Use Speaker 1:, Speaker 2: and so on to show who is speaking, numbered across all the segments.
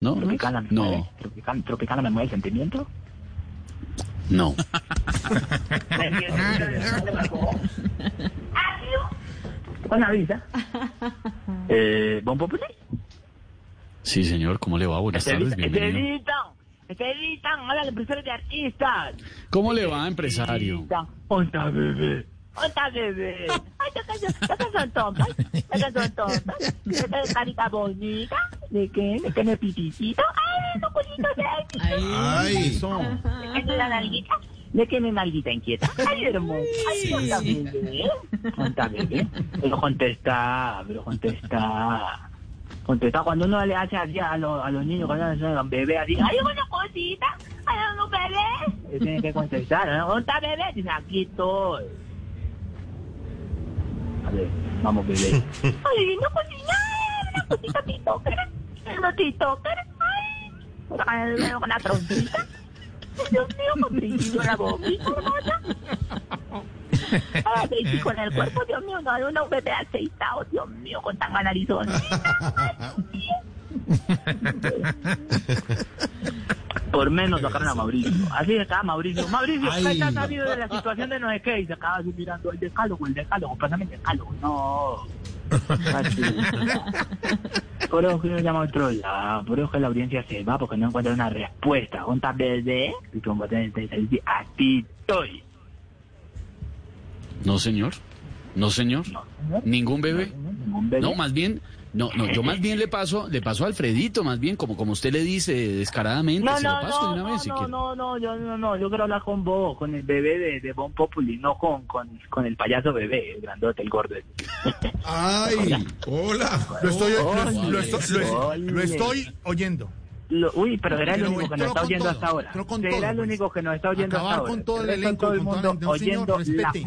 Speaker 1: No, no,
Speaker 2: Tropicana me mueve,
Speaker 1: no,
Speaker 2: eh, tropical, Tropicana me mueve el sentimiento.
Speaker 1: no.
Speaker 2: Hola, Visa. Eh, ¿Bon Populi?
Speaker 1: Sí, señor, ¿cómo le va? Buenas tardes, bienvenido.
Speaker 2: editan, este editan, hola, empresarios de artistas.
Speaker 1: ¿Cómo le va, empresario?
Speaker 2: Onda, bebé. Onda, bebé. Ay, toca son tontas, toca son tontas. Toca carita bonita, de que, de que me piticito. Ay, no culito sexy. Ay, de la nalguita. De que me nalguita inquieta. Ay, hermoso. Ay, ¿eh? onda, bebé. Onda, bebé. Pero contesta, pero contesta. Contesta cuando uno le hace así a, los- a los niños, cuando hacen a los bebés así, hay una cosita, hay unos bebés. Eh, Tienen que contestar, ¿no? ¿Dónde está bebé? Dicen, aquí estoy. A ver, vamos bebé. ay, no cosita, ay, una cosita tiktokera, una tiktokera, ay, una, una trompita. Dios mío, con brillo en la boquita, hermana. Ay, y con el cuerpo, Dios mío, no hay uno bebé aceitado, Dios mío, con tan narizón. Por menos sacaron a Mauricio. Así se acaba Mauricio. Mauricio, ¿qué te has sabido de la situación de no sé qué? Y se acaba así mirando el decálogo, el decálogo, pásame el decálogo. No. Así. Por eso que yo llamo a otro lado. Por eso que la audiencia se va porque no encuentra una respuesta. Un tablet de... Y como te dice, aquí estoy.
Speaker 1: No, señor. No, señor. ¿Ningún bebé?
Speaker 2: Ningún bebé.
Speaker 1: No, más bien, no, no, yo más bien le paso, le paso a Alfredito, más bien, como, como usted le dice, descaradamente,
Speaker 2: No,
Speaker 1: se lo
Speaker 2: no,
Speaker 1: paso
Speaker 2: no,
Speaker 1: de una
Speaker 2: no,
Speaker 1: vez si
Speaker 2: no,
Speaker 1: quiere.
Speaker 2: no, no, yo no, no, yo quiero hablar con vos, con el bebé de, de Bon Populi, no con, con, con el payaso bebé, el grandote, el gordo. este.
Speaker 3: Ay, hola. Lo estoy, lo, lo estoy, lo- lo estoy oyendo.
Speaker 2: Lo- uy, pero será el
Speaker 3: Pero
Speaker 2: único que nos
Speaker 3: entró
Speaker 2: está
Speaker 3: con
Speaker 2: oyendo
Speaker 3: todo,
Speaker 2: hasta ahora.
Speaker 3: entró con todo,
Speaker 2: Será el
Speaker 3: pues.
Speaker 2: único que nos está oyendo hasta
Speaker 3: Acabar
Speaker 2: ahora.
Speaker 3: con todo el
Speaker 2: resto de
Speaker 3: elenco,
Speaker 2: todo el
Speaker 3: con toda la
Speaker 2: mundo
Speaker 3: no,
Speaker 2: oyendo
Speaker 3: señor,
Speaker 2: la
Speaker 3: respete, respeta, y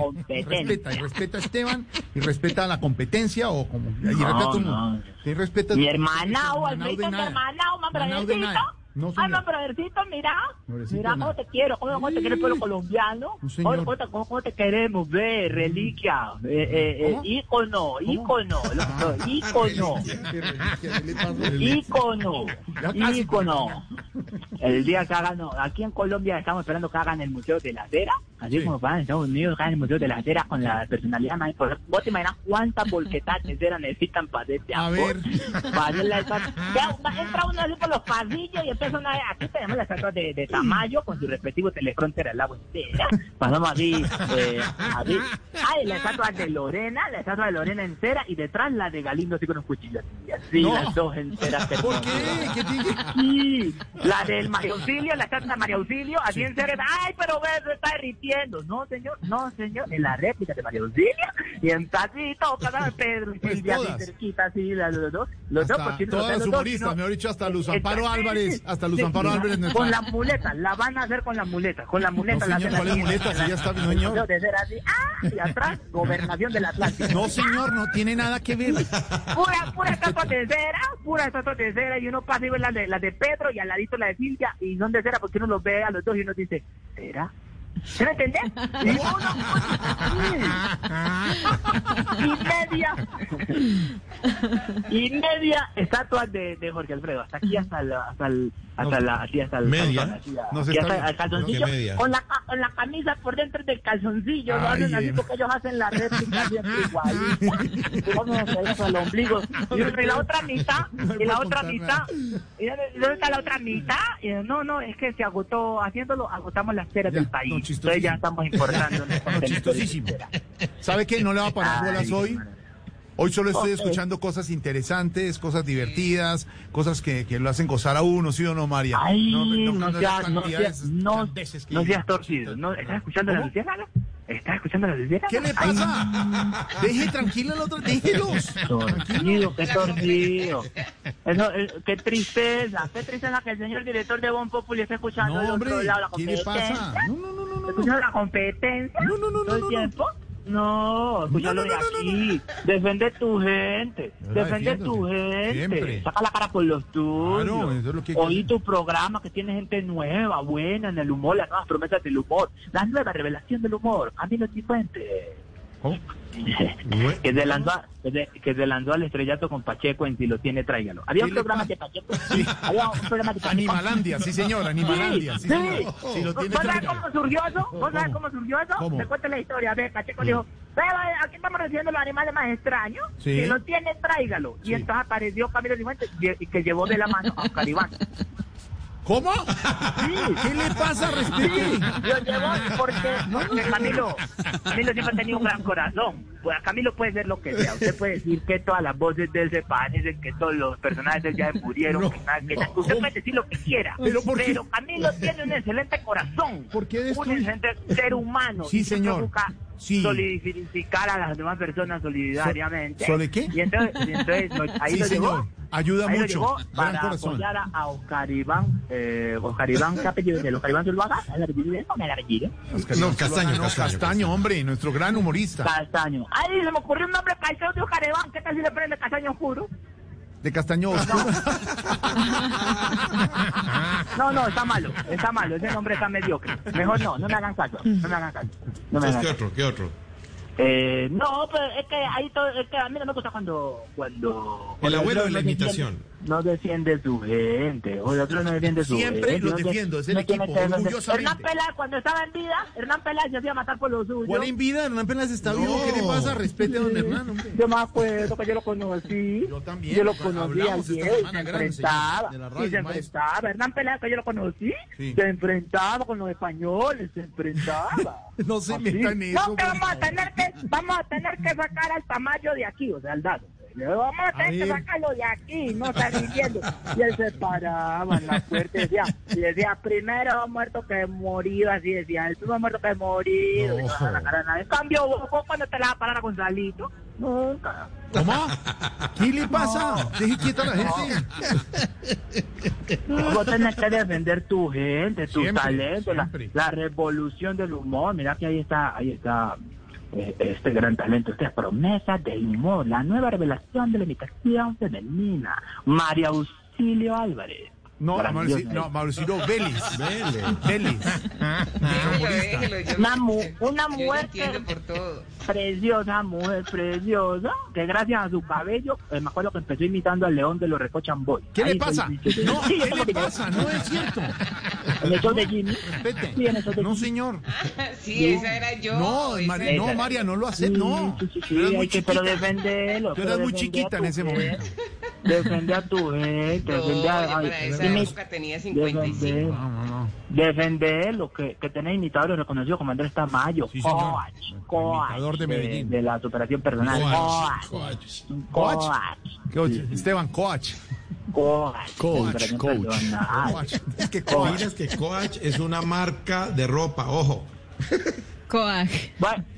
Speaker 2: competencia.
Speaker 3: respeta a Esteban, y respeta a la competencia, o como, y respeta a todo el mundo.
Speaker 2: no.
Speaker 3: Y respeta a
Speaker 2: Mi
Speaker 3: todo el mundo,
Speaker 2: hermana o
Speaker 3: hermanao de
Speaker 2: Alfredo, mi
Speaker 3: nada.
Speaker 2: hermana o mi
Speaker 3: Hermanao de
Speaker 2: brothercito.
Speaker 3: nada. No,
Speaker 2: Ay, mi
Speaker 3: señor.
Speaker 2: brothercito, Ah, mira.
Speaker 3: Brothercito,
Speaker 2: Mira cómo
Speaker 3: nada.
Speaker 2: te quiero, cómo, cómo te quiere el pueblo colombiano.
Speaker 3: No, señor.
Speaker 2: Cómo, cómo te- cómo te queremos, ve, reliquia, eh, eh, eh,
Speaker 3: ¿Cómo? Ah,
Speaker 2: ícono, ícono, loco, ícono. Ícono, ícono. El día que hagan, no, aquí en Colombia estamos esperando que hagan el Museo de la Cera, así
Speaker 3: Sí.
Speaker 2: como van en Estados Unidos, hagan el Museo de la Cera con la personalidad más importante. ¿Vos te imaginas cuántas bolquetas de cera necesitan para hacer este
Speaker 3: A
Speaker 2: amor?
Speaker 3: ver.
Speaker 2: Para hacer la estatua. Ya, va- entra uno así por los pasillos y empieza una aquí tenemos la estatua de, de Tamayo con su respectivo telefrontera al agua entera. Pasamos así, eh, así. Ay, la estatua de Lorena, la estatua de Lorena entera y detrás la de Galindo así con un cuchillo. así, Y así
Speaker 3: No.
Speaker 2: las dos enteras.
Speaker 3: ¿Por qué? ¿Qué tiene que-
Speaker 2: Sí, la del María Auxilio, la carta de María Auxilio, así en serio, ay, pero ve, se está derritiendo. No, señor, no, señor, en la réplica de María Auxilio, y en tacito, cada Pedro y
Speaker 3: Pues
Speaker 2: Silvia, así
Speaker 3: todas.
Speaker 2: cerquita, así, la- los dos, los dos,
Speaker 3: Hasta
Speaker 2: porque los
Speaker 3: todas
Speaker 2: dos,
Speaker 3: las
Speaker 2: los dos,
Speaker 3: humoristas,
Speaker 2: no.
Speaker 3: mejor dicho, hasta Luz
Speaker 2: Está-
Speaker 3: Amparo
Speaker 2: sí,
Speaker 3: Álvarez,
Speaker 2: sí,
Speaker 3: hasta Luz
Speaker 2: sí,
Speaker 3: Amparo
Speaker 2: sí,
Speaker 3: Álvarez. nuestra-
Speaker 2: Con las muletas, la van a hacer con las muletas, con las muletas.
Speaker 3: No,
Speaker 2: la
Speaker 3: señor,
Speaker 2: hacen
Speaker 3: ¿cuáles
Speaker 2: así,
Speaker 3: muletas? Si ya está,
Speaker 2: la-
Speaker 3: señor.
Speaker 2: de ser así, ah, y atrás, gobernación del Atlántico.
Speaker 3: No, señor, no tiene nada que ver.
Speaker 2: Pura, pura estatua de cera, pura estatua de cera, y uno pasa y ve la de, la de Pedro y al ladito la de Silvia, y son de cera porque uno los ve a los dos y uno dice, ¿cera? ¿Se entender? Y uno- y media, y media estatua de, de Jorge Alfredo, hasta aquí, hasta el, hasta el, hasta la, así hasta el
Speaker 4: Media.
Speaker 2: calzón, así, a-
Speaker 3: No se
Speaker 2: aquí
Speaker 3: está
Speaker 2: hasta el
Speaker 3: viendo.
Speaker 2: calzoncillo,
Speaker 4: No, que media.
Speaker 2: con la, ca- con la camisa por dentro del calzoncillo, lo
Speaker 3: Ay,
Speaker 2: hacen así
Speaker 3: em.
Speaker 2: porque ellos hacen la réplica siempre igualita. Vamos a traer hasta el ombligo. Y, yo, y la otra mitad,
Speaker 3: No
Speaker 2: y
Speaker 3: le
Speaker 2: la
Speaker 3: puedo
Speaker 2: otra
Speaker 3: contar
Speaker 2: mitad,
Speaker 3: nada.
Speaker 2: y dónde dónde está la otra mitad? Y yo, no, no, es que se agotó, haciéndolo, agotamos las ceras
Speaker 3: Ya,
Speaker 2: del
Speaker 3: no,
Speaker 2: país. Entonces
Speaker 3: chistosísimo.
Speaker 2: ya estamos importando. los
Speaker 3: No,
Speaker 2: contenidos de
Speaker 3: chistosísimo.
Speaker 2: cera.
Speaker 3: ¿Sabe qué? No le va a parar
Speaker 2: Ay,
Speaker 3: bolas
Speaker 2: qué
Speaker 3: hoy.
Speaker 2: maravilla.
Speaker 3: Hoy solo estoy
Speaker 2: Ah, Ok.
Speaker 3: escuchando cosas interesantes, cosas divertidas, cosas que, que lo hacen gozar a uno, ¿sí o no, María?
Speaker 2: Ay, no,
Speaker 3: las
Speaker 2: seas, no, seas,
Speaker 3: cantidades
Speaker 2: no,
Speaker 3: sandeces que-
Speaker 2: no seas torcido. No, ¿Estás escuchando la
Speaker 3: ¿Cómo?
Speaker 2: luciérnaga? ¿Estás escuchando la vidriera?
Speaker 3: ¿Qué le pasa? Deje tranquila a la otra, déjelos.
Speaker 2: Torcido, qué torcido. Eso, eh, qué tristeza, qué tristeza que el señor director de Bon Populi esté escuchando
Speaker 3: No,
Speaker 2: del
Speaker 3: hombre,
Speaker 2: otro lado la
Speaker 3: ¿qué le
Speaker 2: competencia.
Speaker 3: pasa? No, no, no, no, no, no.
Speaker 2: ¿Escuchando la competencia?
Speaker 3: No, no, no,
Speaker 2: ¿Todo
Speaker 3: no,
Speaker 2: el
Speaker 3: no, no.
Speaker 2: tiempo? No, escúchalo
Speaker 3: No, no, no,
Speaker 2: de
Speaker 3: no, no,
Speaker 2: aquí. Defiende tu gente.
Speaker 3: Yo la
Speaker 2: Defiende
Speaker 3: defiendo,
Speaker 2: tu
Speaker 3: sí.
Speaker 2: gente.
Speaker 3: Siempre.
Speaker 2: Saca la cara por los tuyos.
Speaker 3: Claro, eso es lo que hay que
Speaker 2: Oí
Speaker 3: hacer.
Speaker 2: tu programa que tiene gente nueva, buena en el humor, las nuevas promesas del humor, la nueva revelación del humor. Camilo Cifuentes.
Speaker 3: ¿Cómo?
Speaker 2: que se lanzó, a- que se, que se lanzó al estrellato con Pacheco en Si lo tiene, tráigalo. Había un
Speaker 3: ¿Qué le
Speaker 2: programa
Speaker 3: pasa?
Speaker 2: de Pacheco. Había un programa de Pacheco.
Speaker 3: Animalandia, sí señor, Animalandia, sí,
Speaker 2: Sí,
Speaker 3: señor.
Speaker 2: sí.
Speaker 3: Si lo tiene
Speaker 2: ¿Vos sabés
Speaker 3: tráigalo.
Speaker 2: cómo surgió eso? ¿Vos sabés
Speaker 3: ¿Cómo?
Speaker 2: cómo surgió eso?
Speaker 3: ¿Cómo?
Speaker 2: Te cuento la historia. A ver, Pacheco le dijo, "Vea, aquí estamos recibiendo los animales más extraños.
Speaker 3: Sí.
Speaker 2: Si lo tiene, tráigalo.
Speaker 3: Sí.
Speaker 2: Y entonces apareció Camilo Cifuentes y- y que llevó de la mano a Oscar Iván.
Speaker 3: ¿Cómo? ¿Qué le pasa, respete?
Speaker 2: Lo llevó porque, porque Camilo, Camilo siempre ha tenido un gran corazón. Pues Camilo puede ser lo que sea. Usted puede decir que todas las voces de él se parecen, que todos los personajes de él ya se murieron.
Speaker 3: No,
Speaker 2: que nada, que
Speaker 3: no.
Speaker 2: nada. Usted puede decir lo que quiera.
Speaker 3: Pero ¿por qué?
Speaker 2: Camilo tiene un excelente corazón.
Speaker 3: ¿Por qué
Speaker 2: un
Speaker 3: destruye?
Speaker 2: excelente ser humano.
Speaker 3: Sí,
Speaker 2: y siempre
Speaker 3: señor.
Speaker 2: Busca
Speaker 3: Sí.
Speaker 2: solidificar a las demás personas solidariamente.
Speaker 3: ¿Sole qué?
Speaker 2: Y entonces, y entonces lo- ahí
Speaker 3: Sí,
Speaker 2: lo llevó.
Speaker 3: señor. Ayuda
Speaker 2: Ahí lo
Speaker 3: mucho.
Speaker 2: llevó
Speaker 3: Gran
Speaker 2: para
Speaker 3: corazón.
Speaker 2: apoyar a, a Oscar Iván. Eh, Oscar Iván, ¿qué apellido es él? ¿Oscar Iván Zuluaga? ¿Es el apellido de él o no es el apellido?
Speaker 3: No, Castaño, Castaño, hombre, nuestro gran humorista.
Speaker 2: Castaño. Ay, se me ocurrió un nombre para el show de Oscar Iván. ¿Qué tal si le prende Castaño Oscuro?
Speaker 3: De Castaño Oscuro. Ah.
Speaker 2: No, no, está malo. Está malo. Ese nombre está mediocre. Mejor no. No me hagan caso. No me hagan caso. No me hagan
Speaker 5: ¿Qué
Speaker 2: caso.
Speaker 5: Este otro? ¿Qué otro?
Speaker 2: Eh, no, pero es que ahí todo, es que a mí no me gusta cuando, cuando
Speaker 5: El abuelo de la
Speaker 2: no defiende-
Speaker 5: imitación.
Speaker 2: No defiende su gente, o el otro no defiende su
Speaker 3: Siempre
Speaker 2: gente,
Speaker 3: lo
Speaker 2: no de-
Speaker 3: defiendo, es el
Speaker 2: tiene
Speaker 3: equipo,
Speaker 2: que defender.
Speaker 3: orgullosamente.
Speaker 2: Hernán Peláez cuando estaba en vida, Hernán Peláez se hacía matar por los suyos.
Speaker 3: ¿Cuál en vida? Hernán Penas está vivo. ¿Qué le pasa? Respete a don Hernán, hombre.
Speaker 2: Yo me acuerdo que yo lo conocí.
Speaker 3: Yo también,
Speaker 2: Yo lo
Speaker 3: pues,
Speaker 2: conocí
Speaker 3: hablamos
Speaker 2: ayer, y
Speaker 3: esta
Speaker 2: se
Speaker 3: semana, gran
Speaker 2: enfrentaba.
Speaker 3: señor de la
Speaker 2: y
Speaker 3: radio,
Speaker 2: se
Speaker 3: maestro.
Speaker 2: enfrentaba. Hernán Peláez, que yo lo conocí,
Speaker 3: Sí.
Speaker 2: se enfrentaba con los españoles, se enfrentaba.
Speaker 3: No se
Speaker 2: Así.
Speaker 3: metan en
Speaker 2: ¿Ah, No,
Speaker 3: eso.
Speaker 2: que
Speaker 3: por
Speaker 2: vamos a
Speaker 3: favor.
Speaker 2: tener que, vamos a tener que sacar al tamaño de aquí, o sea, al dado. Le digo, Vamos a tener que
Speaker 3: ver.
Speaker 2: sacarlo de aquí, no está diciendo. Y él se paraba en la puerta y decía, y decía, primero va muerto que morido, así decía, el primero muerto que morido. Y no daba la cara a nadie. En cambio, vos vos cuando te la vas a parar a Gonzalito, nunca.
Speaker 3: ¿Cómo? ¿Qué le pasa? Deje quieta a la gente.
Speaker 2: Vos tenés que defender tu gente, tu
Speaker 3: Siempre,
Speaker 2: talento, la,
Speaker 3: siempre.
Speaker 2: la revolución del humor. Mira que ahí está, ahí está eh, este gran talento, estas promesas del humor, la nueva revelación de la imitación femenina, María Auxilio Álvarez.
Speaker 3: No,
Speaker 2: Maravillosa.
Speaker 3: Mauricio, no, Mauricio Vélez. Vélez.
Speaker 2: Una, mu- una muerte preciosa, mujer preciosa, que gracias a su cabello, eh, me acuerdo que empezó imitando al león de los Recochamboy.
Speaker 3: ¿Qué le
Speaker 2: Ahí
Speaker 3: pasa?
Speaker 2: fue el-
Speaker 3: No,
Speaker 2: Sí, yo
Speaker 3: ¿qué
Speaker 2: tengo
Speaker 3: le
Speaker 2: video.
Speaker 3: pasa? No es cierto.
Speaker 2: En el show de Jimmy. Sí, en el show
Speaker 3: Respete.
Speaker 2: de
Speaker 3: No,
Speaker 2: Jimmy.
Speaker 3: señor.
Speaker 6: Sí, esa era yo.
Speaker 3: No, María,
Speaker 2: esa
Speaker 3: no,
Speaker 2: era.
Speaker 3: María, no lo
Speaker 2: Sí,
Speaker 3: hace. No.
Speaker 2: sí, sí, sí,
Speaker 3: Tú eras
Speaker 2: hay
Speaker 3: muy
Speaker 2: que- pero
Speaker 3: chiquita.
Speaker 2: defenderlo.
Speaker 3: Tú
Speaker 2: pero
Speaker 3: eras muy
Speaker 2: defender
Speaker 3: chiquita
Speaker 2: a
Speaker 3: en
Speaker 2: tu
Speaker 3: ese
Speaker 2: gente,
Speaker 3: momento.
Speaker 2: Defender a tu gente,
Speaker 6: No,
Speaker 2: defender
Speaker 6: yo
Speaker 2: a... ay,
Speaker 6: para esa
Speaker 2: dime,
Speaker 6: época tenía 55.
Speaker 3: No, no, no.
Speaker 2: defender lo que, que tenés imitadores reconocidos como Andrés Tamayo,
Speaker 3: Sí, señor.
Speaker 2: Coach,
Speaker 3: Nuestro
Speaker 2: Coach,
Speaker 3: imitador de Medellín.
Speaker 2: de la superación personal,
Speaker 5: Coach,
Speaker 2: Coach,
Speaker 5: coach.
Speaker 2: Coach,
Speaker 3: Coach. Coach, Esteban, coach.
Speaker 2: Coach,
Speaker 7: Coach,
Speaker 2: superación
Speaker 7: coach.
Speaker 2: personal.
Speaker 3: Coach. Es que
Speaker 5: ¿Te
Speaker 3: coach.
Speaker 5: imaginas que Coach es una marca de ropa, ojo.
Speaker 8: Coag.
Speaker 2: Voy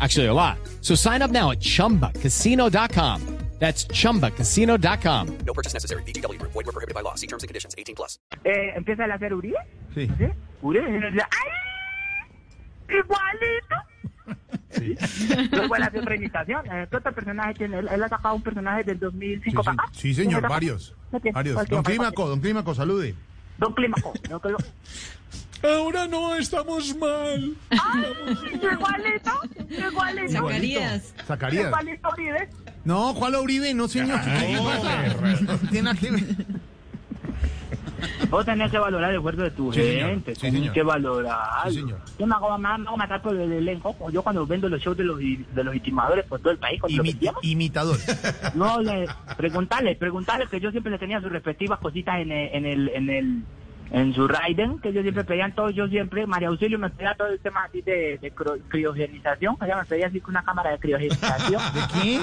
Speaker 9: Actually, a lot. So sign up now at chumbacasino.com. That's chumbacasino.com.
Speaker 2: eh, empieza a hacer Uribe.
Speaker 3: Sí.
Speaker 2: ¿sí? Uribe. y nos dice, ¡Ay! Igualito. Luego él hace otra imitación. Eh, ¿Qué otro personaje tiene? Él, él ha sacado un personaje del 2005
Speaker 3: Sí,
Speaker 2: para acá.
Speaker 3: sí, sí, señor, varios. Varios. Don Clímaco, don Clímaco, salude.
Speaker 2: Don Clímaco. Don Clímaco.
Speaker 3: Ahora no, estamos mal.
Speaker 2: Igualito. Igualito.
Speaker 8: Zacarías.
Speaker 3: Zacarías.
Speaker 2: Igualito Uribe.
Speaker 3: No, ¿cuál Uribe? No, señor. ¿Qué le pasa? No tiene nada que ver.
Speaker 2: Vos tenés que valorar el esfuerzo de tu
Speaker 4: Sí, señor.
Speaker 2: gente,
Speaker 4: Sí,
Speaker 2: tenés
Speaker 4: señor.
Speaker 2: que valorar.
Speaker 4: Sí, señor.
Speaker 2: Yo me hago, me hago matar por el elenco. como Yo cuando vendo los shows de los, de los estimadores por todo el país, cuando
Speaker 10: Imi- imitador.
Speaker 2: No, le, preguntarle, preguntarle que yo siempre le tenía sus respectivas cositas en el, en el, en el en su Raiden, que ellos siempre pedían todo, yo siempre, María Auxilio me pedía todo el tema así de, de cro- criogenización, ella me pedía así que una cámara de criogenización. ¿De qué?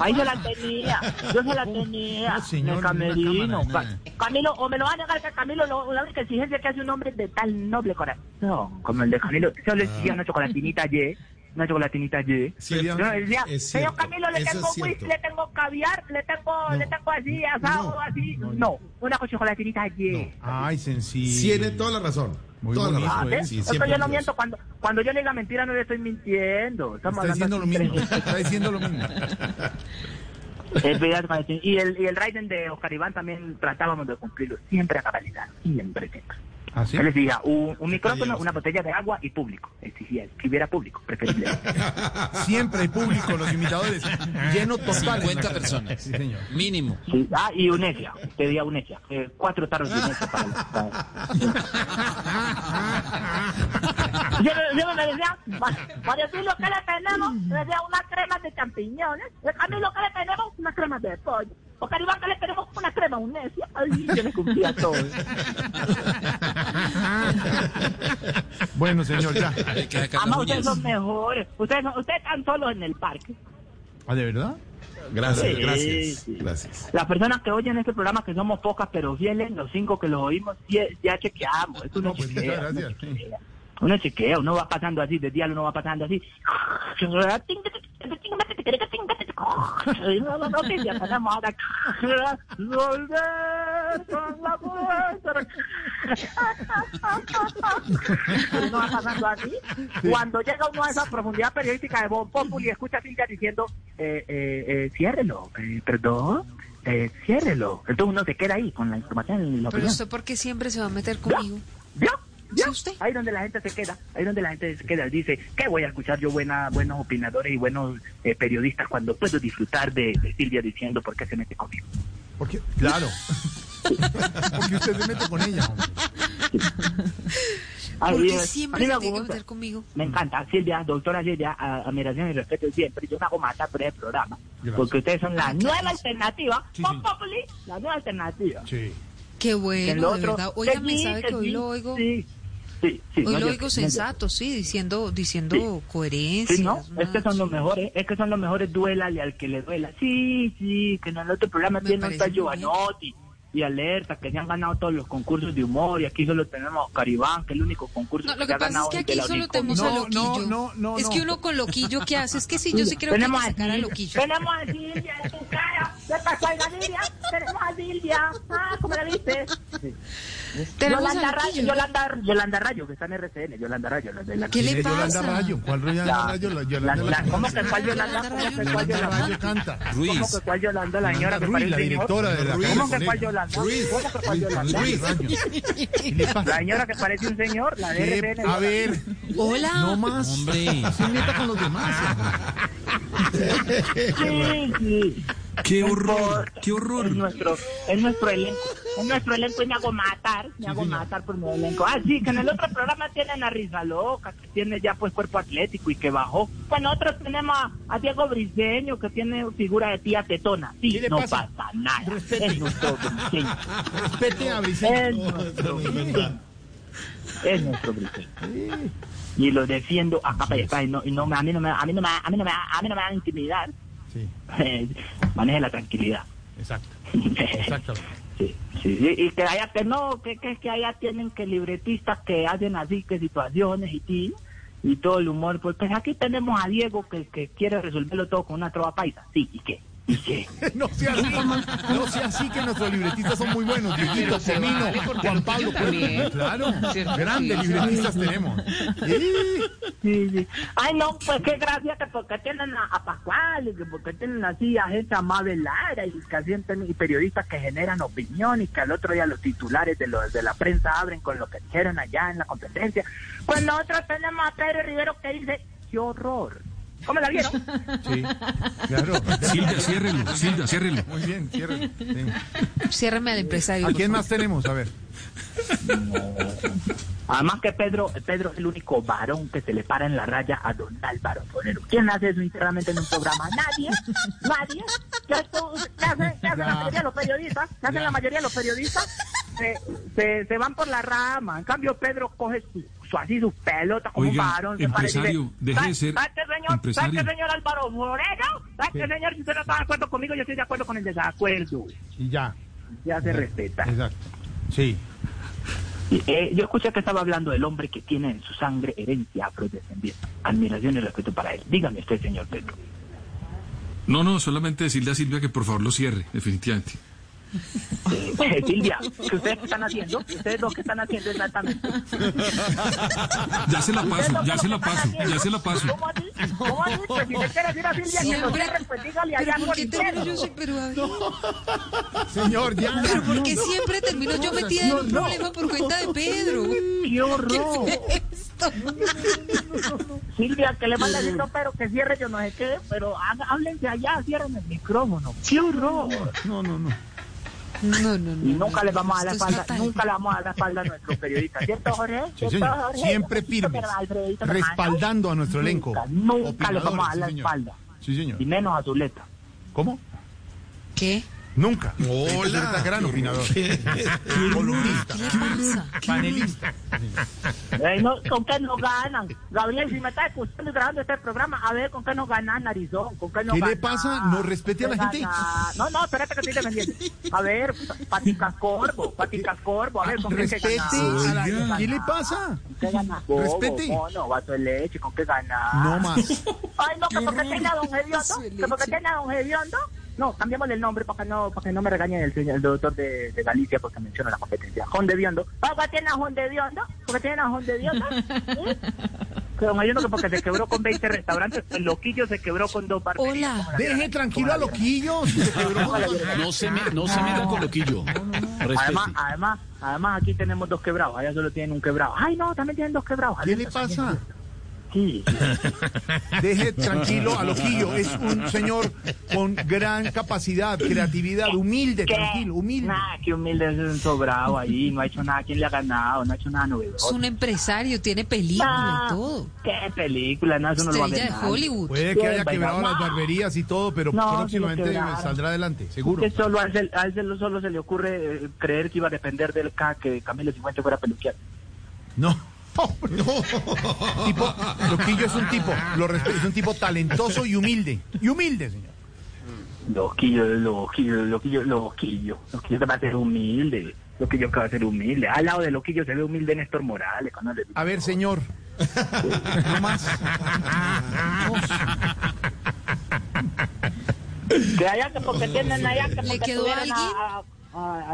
Speaker 2: Ahí yo la tenía, yo se la tenía, en
Speaker 10: señor,
Speaker 2: el
Speaker 10: ni
Speaker 2: camerino.
Speaker 10: una cámara,
Speaker 2: Ca- Camilo, o me lo van a negar que Camilo, lo, la única exigencia que hace un hombre de tal noble corazón. No, como el de Camilo, yo le decía una chocolatinita ayer, una chocolatinita ayer.
Speaker 4: Sí,
Speaker 2: yo le decía,
Speaker 4: es
Speaker 2: señor
Speaker 4: cierto,
Speaker 2: Camilo, le
Speaker 4: eso es
Speaker 2: tengo whisky,
Speaker 4: cierto.
Speaker 2: le tengo caviar, le tengo, le tengo así, asado, así. No, una chocolatinita ayer.
Speaker 4: Ay, sencillo. Tiene toda la razón. Muy
Speaker 2: Eso
Speaker 4: toda la razón.
Speaker 3: eh,
Speaker 10: ¿eh?
Speaker 4: Sí, siempre
Speaker 2: yo no
Speaker 4: lo es.
Speaker 2: miento. Cuando, cuando yo le diga mentira, no le estoy mintiendo. Estamos
Speaker 10: Está diciendo lo
Speaker 2: hablando
Speaker 10: mismo.
Speaker 2: así.
Speaker 10: Está diciendo lo mismo.
Speaker 2: Es verdad, Valentín. y el, y el Raiden de Oscar Iván también tratábamos de cumplirlo. Siempre a cabalidad. Siempre. siempre.
Speaker 4: ¿Así?
Speaker 2: Él exigía un, un micrófono, una botella de agua y público. Exigía que hubiera público, preferible.
Speaker 10: Siempre hay público, los imitadores. Lleno total.
Speaker 2: 50
Speaker 10: personas. Sí, señor.
Speaker 2: Mínimo. ah, y unecia. Te di a unecia. Eh, cuatro tarros de unecia para los- para- Yo, yo le decía, por decir lo que le tenemos, le decía una crema de champiñones. A mí lo que le tenemos, una crema de pollo. O Caribán que le tenemos una crema unecia. Ay, yo le cumplía todo.
Speaker 4: Bueno, señor, ya.
Speaker 2: Además, ustedes son mejores. Ustedes, son- ustedes están solos en el parque.
Speaker 4: ¿Ah, de verdad?
Speaker 2: Gracias,
Speaker 4: Gracias, gracias.
Speaker 2: Sí. gracias,
Speaker 4: Gracias.
Speaker 2: Las personas que oyen este programa, que somos pocas pero fieles, los cinco que los oímos, ya, ya chequeamos. Esto no, chequea, uno
Speaker 4: gracias.
Speaker 2: chequea. Uno chequea, uno va pasando así, de día uno va pasando así. No, no, no, que ya tenemos ahora. Volver con la fuerza. Uno va pasando así. Cuando llega uno a esa profundidad periodística de Bon Populi, escucha a Cintia diciendo, eh, eh, eh, ciérrelo, eh, perdón, eh, ciérrelo. Entonces uno se queda ahí con la información y
Speaker 11: Pero
Speaker 2: la opinión.
Speaker 11: usted, ¿por qué siempre se va a meter conmigo?
Speaker 2: ¿Vio? ¿Vio? Ahí donde la gente se queda, ahí donde la gente se queda, dice, ¿qué voy a escuchar yo buena, buenos opinadores y buenos eh, periodistas cuando puedo disfrutar de, de Silvia diciendo por qué se mete conmigo?
Speaker 10: Porque, claro. Porque usted se mete con ella. hombre.
Speaker 2: Ay,
Speaker 11: ¿Por qué
Speaker 2: Dios, a
Speaker 11: siempre
Speaker 2: mí
Speaker 11: se
Speaker 2: me
Speaker 11: tiene que
Speaker 2: gusta.
Speaker 11: meter conmigo?
Speaker 2: Me encanta, Silvia, doctora Silvia, a- admiración y respeto siempre. Yo me hago matar por el programa,
Speaker 11: Gracias.
Speaker 2: porque ustedes son la
Speaker 11: Ah,
Speaker 2: nueva
Speaker 11: claro.
Speaker 2: alternativa,
Speaker 11: Sí,
Speaker 2: Voz
Speaker 11: sí.
Speaker 2: Populi, la nueva alternativa.
Speaker 4: Sí.
Speaker 11: Qué
Speaker 2: En lo
Speaker 11: bueno, de
Speaker 2: otro,
Speaker 11: verdad.
Speaker 2: que
Speaker 11: Óigame,
Speaker 2: sí,
Speaker 11: ¿sabe
Speaker 2: que
Speaker 11: que hoy
Speaker 2: sí,
Speaker 11: lo oigo?
Speaker 2: sí, sí, sí,
Speaker 11: Hoy
Speaker 2: no,
Speaker 11: lo
Speaker 2: yo-
Speaker 11: oigo
Speaker 2: no, yo-
Speaker 11: sensato, sí, diciendo diciendo coherencia.
Speaker 2: Sí, no, es que son los mejores, es que son los mejores, duélale al que le duela. Sí, sí, que en el otro programa
Speaker 11: Me
Speaker 2: tiene
Speaker 11: parece
Speaker 2: a
Speaker 11: muy bien.
Speaker 2: Giovanotti y Alerta, que se han ganado todos los concursos de humor, y aquí solo tenemos a Caribán, que es el único concurso
Speaker 11: No, lo
Speaker 2: se
Speaker 11: que
Speaker 2: ha
Speaker 11: pasa
Speaker 2: ganado
Speaker 11: es que
Speaker 2: de
Speaker 11: aquí
Speaker 2: la
Speaker 11: solo
Speaker 2: Unicom.
Speaker 11: tenemos a
Speaker 2: No, no,
Speaker 11: Loquillo.
Speaker 2: no, no,
Speaker 11: es
Speaker 2: no.
Speaker 11: que uno con Loquillo, ¿qué hace? Es que sí, yo sí creo que hay
Speaker 2: Tenemos
Speaker 11: que
Speaker 2: a
Speaker 11: sacar a
Speaker 2: Silvia,
Speaker 11: Loquillo.
Speaker 2: Tenemos a Silvia en tu cara. ¿Qué pasó ahí, Silvia? Tenemos a Silvia. Ah, ¿cómo la viste?
Speaker 11: Tenemos
Speaker 2: Yolanda
Speaker 11: a
Speaker 2: Rayo,
Speaker 11: Loquillo.
Speaker 2: Yolanda, Yolanda Rayo, que está en RCN, Yolanda Rayo. la de la-
Speaker 11: ¿Qué le
Speaker 10: ¿Quién es Yolanda
Speaker 11: pasa?
Speaker 10: Rayo? ¿Cuál Yolanda
Speaker 2: La-
Speaker 10: Rayo? La-
Speaker 2: la-
Speaker 10: Yolanda
Speaker 2: la-
Speaker 10: Rayo.
Speaker 2: ¿Cómo que cuál Yolanda?
Speaker 11: Yolanda
Speaker 2: ¿Cómo
Speaker 11: Rayo.
Speaker 2: que cuál
Speaker 10: Yolanda
Speaker 2: Yolanda?
Speaker 10: Rayo canta.
Speaker 2: ¿Cómo que cuál Yolanda? La señora que
Speaker 10: Ruiz,
Speaker 2: parece
Speaker 10: la
Speaker 2: un
Speaker 10: directora
Speaker 2: oso.
Speaker 10: de la
Speaker 2: ¿Cómo
Speaker 10: Casa
Speaker 2: que cuál Yolanda? ¿Cómo que cuál Yolanda?
Speaker 10: Ruiz, Rayo.
Speaker 2: La señora que parece un señor, la de
Speaker 3: eh,
Speaker 10: ¿Qué?
Speaker 2: RCN.
Speaker 10: A ver.
Speaker 11: Hola.
Speaker 10: No más.
Speaker 12: Hombre.
Speaker 10: Se meta con los
Speaker 9: Ah.
Speaker 10: demás. hombre.
Speaker 2: Sí, sí.
Speaker 12: Qué
Speaker 2: No
Speaker 12: horror,
Speaker 2: importa.
Speaker 12: qué horror.
Speaker 2: Es nuestro, es nuestro elenco. Es nuestro elenco y me hago matar. Me hago matar por mi elenco. Ah, sí, que en el otro programa tienen a Risa Loca, que tiene ya pues cuerpo atlético y que bajó. Pues nosotros tenemos a, a Diego Briseño, que tiene figura de tía tetona. Sí, no pasa? nada. Es nuestro Briseño.
Speaker 10: Respete a
Speaker 2: Es
Speaker 10: Briseño.
Speaker 2: nuestro Briseño. Es nuestro Briseño. Y lo defiendo a capa y espada. Y no, y no me- a mí no me, a mí no me, a mí no me, a mí no me van a intimidar.
Speaker 10: Sí,
Speaker 2: maneje la tranquilidad.
Speaker 10: exacto.
Speaker 2: Sí, sí, sí, y que allá que no, que, que, que allá tienen que libretistas que hacen así, que situaciones y, ti- y todo el humor. Pues, pues aquí tenemos a Diego que, que quiere resolverlo todo con una trova paisa. Sí, ¿y qué? ¿Y qué?
Speaker 10: No sea así, no sea así que nuestros libretistas son muy buenos. Dieguito,
Speaker 13: Pero se
Speaker 10: Comino,
Speaker 13: vale, porque
Speaker 10: Juan
Speaker 13: los
Speaker 10: Pablo.
Speaker 13: pillo también.
Speaker 10: Claro,
Speaker 13: Cierto,
Speaker 10: grandes
Speaker 13: sí.
Speaker 10: libretistas tenemos.
Speaker 2: Sí, sí. Ay, no, pues qué gracia que porque tienen a, a Pascual, y que porque tienen así a gente amable Lara y que así enten- y periodistas que generan opinión y que al otro día los titulares de los de la prensa abren con lo que dijeron allá en la competencia. Pues nosotros tenemos a Pedro Rivero que dice, qué horror.
Speaker 14: ¿Cómo la vieron?
Speaker 3: Sí, claro.
Speaker 9: Silvia, ciérrelo, Silvia, ciérrelo.
Speaker 3: Muy bien, ciérrelo. sí.
Speaker 11: Ciérrame al empresario.
Speaker 3: ¿A quién más tenemos? A ver.
Speaker 2: Además que Pedro, Pedro es el único varón que se le para en la raya a don Álvaro Forero. ¿Quién hace eso internamente en un programa? Nadie, nadie. ¿Qué, hace- qué hace- qué hacen la mayoría de los periodistas? ¿Qué hacen la mayoría de los periodistas? Se, se, se van por la rama. En cambio, Pedro coge su, su- así su pelota como
Speaker 9: Oiga,
Speaker 2: un varón. se para y dice,
Speaker 9: empresario, deje
Speaker 2: "¿Sabe-
Speaker 9: de ser
Speaker 2: sabe qué, señor? ¿Sabe
Speaker 9: empresario?"
Speaker 2: qué, señor Álvaro Forero? ¿Sabe qué, señor? Si usted no está de acuerdo conmigo, yo estoy de acuerdo con el desacuerdo.
Speaker 3: Y ya.
Speaker 2: Ya se respeta.
Speaker 3: Exacto. Sí.
Speaker 2: Eh, yo escuché que estaba hablando del hombre que tiene en su sangre herencia afrodescendiente. Admiración y respeto para él. Dígame usted, señor Pedro.
Speaker 9: No, no, solamente decirle a Silvia que por favor lo cierre, definitivamente.
Speaker 2: Eh, Silvia, ¿qué ustedes qué están haciendo? Ustedes lo que están haciendo exactamente.
Speaker 9: Ya se la
Speaker 2: Ustedes
Speaker 9: paso,
Speaker 2: dos
Speaker 9: ya
Speaker 2: lo
Speaker 9: se la
Speaker 2: que están
Speaker 9: paso,
Speaker 2: haciendo.
Speaker 9: ya se la paso.
Speaker 2: ¿Cómo así? ¿Cómo así? Pues si usted quiere decir a Silvia que lo
Speaker 11: Siempre.
Speaker 2: cierre, pues dígale
Speaker 11: Pero
Speaker 2: allá
Speaker 11: ¿por
Speaker 2: con
Speaker 11: qué
Speaker 2: el
Speaker 11: termino
Speaker 2: dedo.
Speaker 11: yo siempre? Pero, a ver,
Speaker 3: Señor, ya.
Speaker 11: pero ¿por qué
Speaker 3: No, no.
Speaker 11: siempre termino yo
Speaker 3: No,
Speaker 11: metida en un
Speaker 3: no, no.
Speaker 11: problema por cuenta de Pedro?
Speaker 2: ¡Qué horror! Silvia, que le manda diciendo, pero que cierre, yo no sé qué, pero haga- háblense allá, cierren el micrófono. ¡Qué horror!
Speaker 3: No, no, no.
Speaker 11: No, no, no.
Speaker 2: Y nunca
Speaker 11: no,
Speaker 2: le vamos a dar la
Speaker 11: esto es
Speaker 2: espalda,
Speaker 11: fatal.
Speaker 2: nunca le vamos a dar la espalda a nuestros periodistas, ¿cierto, Jorge?
Speaker 3: Sí,
Speaker 2: ¿Cierto,
Speaker 3: señor.
Speaker 2: Jorge?
Speaker 3: Siempre
Speaker 2: Alfredito,
Speaker 3: firmes.
Speaker 2: pero Alfredito, hermano,
Speaker 3: Respaldando a nuestro elenco.
Speaker 2: Nunca le vamos a dar
Speaker 3: Opinadores,
Speaker 2: la
Speaker 3: sí, señor.
Speaker 2: espalda.
Speaker 3: Sí, señor.
Speaker 2: Y menos a Zuleta.
Speaker 3: ¿Cómo?
Speaker 11: ¿Qué?
Speaker 3: Nunca.
Speaker 15: Hola.
Speaker 3: Zuleta, gran opinador.
Speaker 11: ¿Qué le pasa?
Speaker 3: Panelista.
Speaker 2: Eh, no, ¿Con qué nos ganan? Gabriel, si me estás escuchando y grabando este programa, a ver, ¿con qué nos ganan, Narizón? ¿Con qué nos
Speaker 3: ¿Qué le
Speaker 2: ganan?
Speaker 3: pasa? ¿No respete a la
Speaker 2: Venga,
Speaker 3: gente?
Speaker 2: ya. No, no, espérate que estoy defendiendo. A ver, paticas corvo, paticas corvo, a ver, ¿con qué se
Speaker 3: Respete.
Speaker 2: ganan?
Speaker 3: a la-
Speaker 9: Oiga.
Speaker 3: ¿Qué le pasa?
Speaker 2: ¿Qué gana?
Speaker 3: Respete.
Speaker 2: Bobo, mono, vaso de leche, ¿con qué gana?
Speaker 3: No más.
Speaker 2: Ay, no, que porque
Speaker 11: horror.
Speaker 2: tenga don
Speaker 11: Vaso de
Speaker 2: Hediondo, que porque
Speaker 11: leche.
Speaker 2: tenga don Hediondo. No, cambiémosle el nombre para que no, para que no me regañe el, señor- el doctor de, de Galicia porque menciona la competencia. Jon de Biondo. Ah, ¿Por qué tiene a Jon de Biondo? ¿Por qué tiene a Jon de Biondo? ¿Eh? Que don Hediondo que porque se quebró con 20 restaurantes, el loquillo se quebró con dos barberías.
Speaker 11: Hola.
Speaker 2: ¿Cómo la vieron?
Speaker 3: Deje tranquilo a Loquillo. si se quebró.
Speaker 2: ¿Cómo la vieron?
Speaker 1: No se, me, no se meta con loquillo.
Speaker 3: pues,
Speaker 2: Además,
Speaker 1: Respete.
Speaker 2: además, además aquí tenemos dos quebrados, allá solo tienen un quebrado. Ay, no, también tienen dos quebrados.
Speaker 3: ¿Qué le pasa?
Speaker 2: Sí.
Speaker 3: Deje tranquilo a Loquillo. Es un señor con gran capacidad, creatividad, humilde,
Speaker 2: ¿Qué?
Speaker 3: tranquilo, humilde.
Speaker 2: Nah, qué humilde es un sobrado ahí, no ha hecho nada, ¿quién le ha ganado? No ha hecho nada
Speaker 11: Es
Speaker 2: novedoso.
Speaker 11: un empresario, tiene película
Speaker 2: Ah,
Speaker 11: y todo.
Speaker 2: ¿Qué película? No, eso no lo va a
Speaker 11: Estrella
Speaker 2: ver
Speaker 11: de
Speaker 2: nadie.
Speaker 11: Hollywood.
Speaker 3: Puede que
Speaker 2: Bien,
Speaker 3: haya quebrado
Speaker 2: venga.
Speaker 3: las barberías y todo, pero
Speaker 2: No, sí lo
Speaker 3: próximamente
Speaker 2: quebraron.
Speaker 3: saldrá adelante, seguro.
Speaker 2: Que solo a él, a él solo se le ocurre eh, creer que iba a depender del K que Camilo 50 fuera peluquear.
Speaker 3: No. tipo, Loquillo es un tipo, lo respeto, es un tipo talentoso y humilde. Y humilde, señor.
Speaker 2: Loquillo, loquillo, loquillo, loquillo. Loquillo que va a ser humilde. Loquillo que va a ser humilde. Al lado de Loquillo se ve humilde Néstor Morales. Cuando le...
Speaker 3: A ver, señor. No más.
Speaker 2: Que allá que porque tienen allá que porque
Speaker 11: quedó
Speaker 2: tuvieron
Speaker 11: alguien?
Speaker 2: A, a-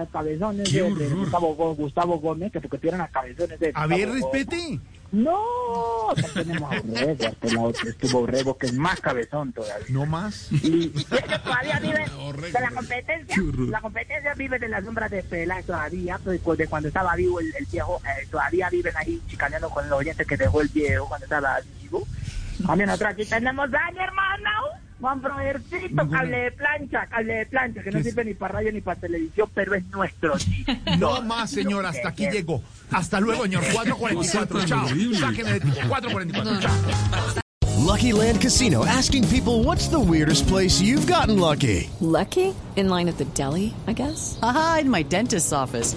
Speaker 2: a cabezones
Speaker 9: Qué
Speaker 2: de, de
Speaker 9: horror.
Speaker 2: Gustavo, Gó- Gustavo Gómez, que porque tuvieron a cabezones de.
Speaker 3: A ver,
Speaker 2: Gustavo Gómez.
Speaker 3: respete.
Speaker 2: No, acá tenemos a este Urrego, hasta el otro, estuvo Urrego, que es más cabezón todavía.
Speaker 3: No más.
Speaker 2: Y ellos todavía viven de la competencia, la competencia vive de las sombras de Pela todavía, pues, pues, de cuando estaba vivo el, el viejo, eh, todavía viven ahí chicaneando con los oyentes que dejó el viejo cuando estaba vivo. También nosotros aquí tenemos a mi hermano, Juan Brodercito, cable de plancha, cable de plancha, que no sirve ni para radio ni para televisión, pero es nuestro.
Speaker 3: No más, señor. Hasta aquí llegó. Hasta luego, señor. 444. Chao. Sáquenme de tipo. 444. Chao.
Speaker 16: Lucky Land Casino asking people what's the weirdest place you've gotten lucky?
Speaker 17: Lucky? In line at the deli, I guess?
Speaker 18: Aha, in my dentist's office.